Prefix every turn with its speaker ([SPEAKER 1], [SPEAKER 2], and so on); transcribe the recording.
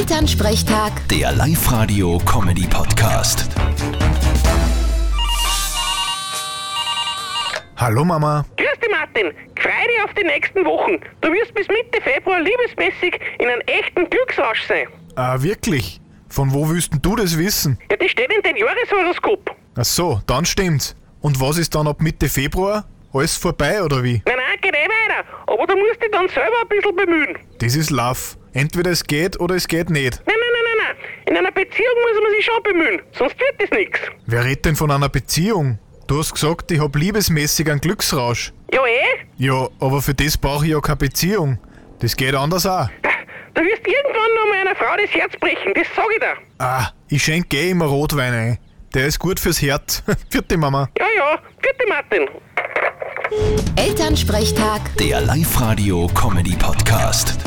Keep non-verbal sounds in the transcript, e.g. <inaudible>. [SPEAKER 1] Elternsprechtag,
[SPEAKER 2] Der Live-Radio-Comedy-Podcast.
[SPEAKER 3] Hallo Mama.
[SPEAKER 4] Grüß dich, Martin. Freu dich auf die nächsten Wochen. Du wirst bis Mitte Februar liebesmäßig in einem echten Glücksrausch sein.
[SPEAKER 3] Ah, wirklich? Von wo willst denn du das wissen?
[SPEAKER 4] Ja, das steht in deinem Jahreshoroskop.
[SPEAKER 3] Ach so, dann stimmt's. Und was ist dann ab Mitte Februar? Alles vorbei oder wie?
[SPEAKER 4] Nein, nein, geht eh weiter. Aber du musst dich dann selber ein bisschen bemühen.
[SPEAKER 3] Das ist Love. Entweder es geht oder es geht nicht.
[SPEAKER 4] Nein, nein, nein, nein, nein. In einer Beziehung muss man sich schon bemühen. Sonst wird das nix.
[SPEAKER 3] Wer redet denn von einer Beziehung? Du hast gesagt, ich hab liebesmäßig einen Glücksrausch.
[SPEAKER 4] Ja, eh?
[SPEAKER 3] Ja, aber für das brauche ich ja keine Beziehung. Das geht anders auch.
[SPEAKER 4] Du wirst irgendwann noch mal einer Frau das Herz brechen. Das sag ich dir.
[SPEAKER 3] Ah, ich schenke eh immer Rotwein ein. Der ist gut fürs Herz. <laughs> Vierte Mama.
[SPEAKER 4] Ja, ja. Grüß dich, Martin.
[SPEAKER 1] Elternsprechtag.
[SPEAKER 2] Der Live-Radio-Comedy-Podcast.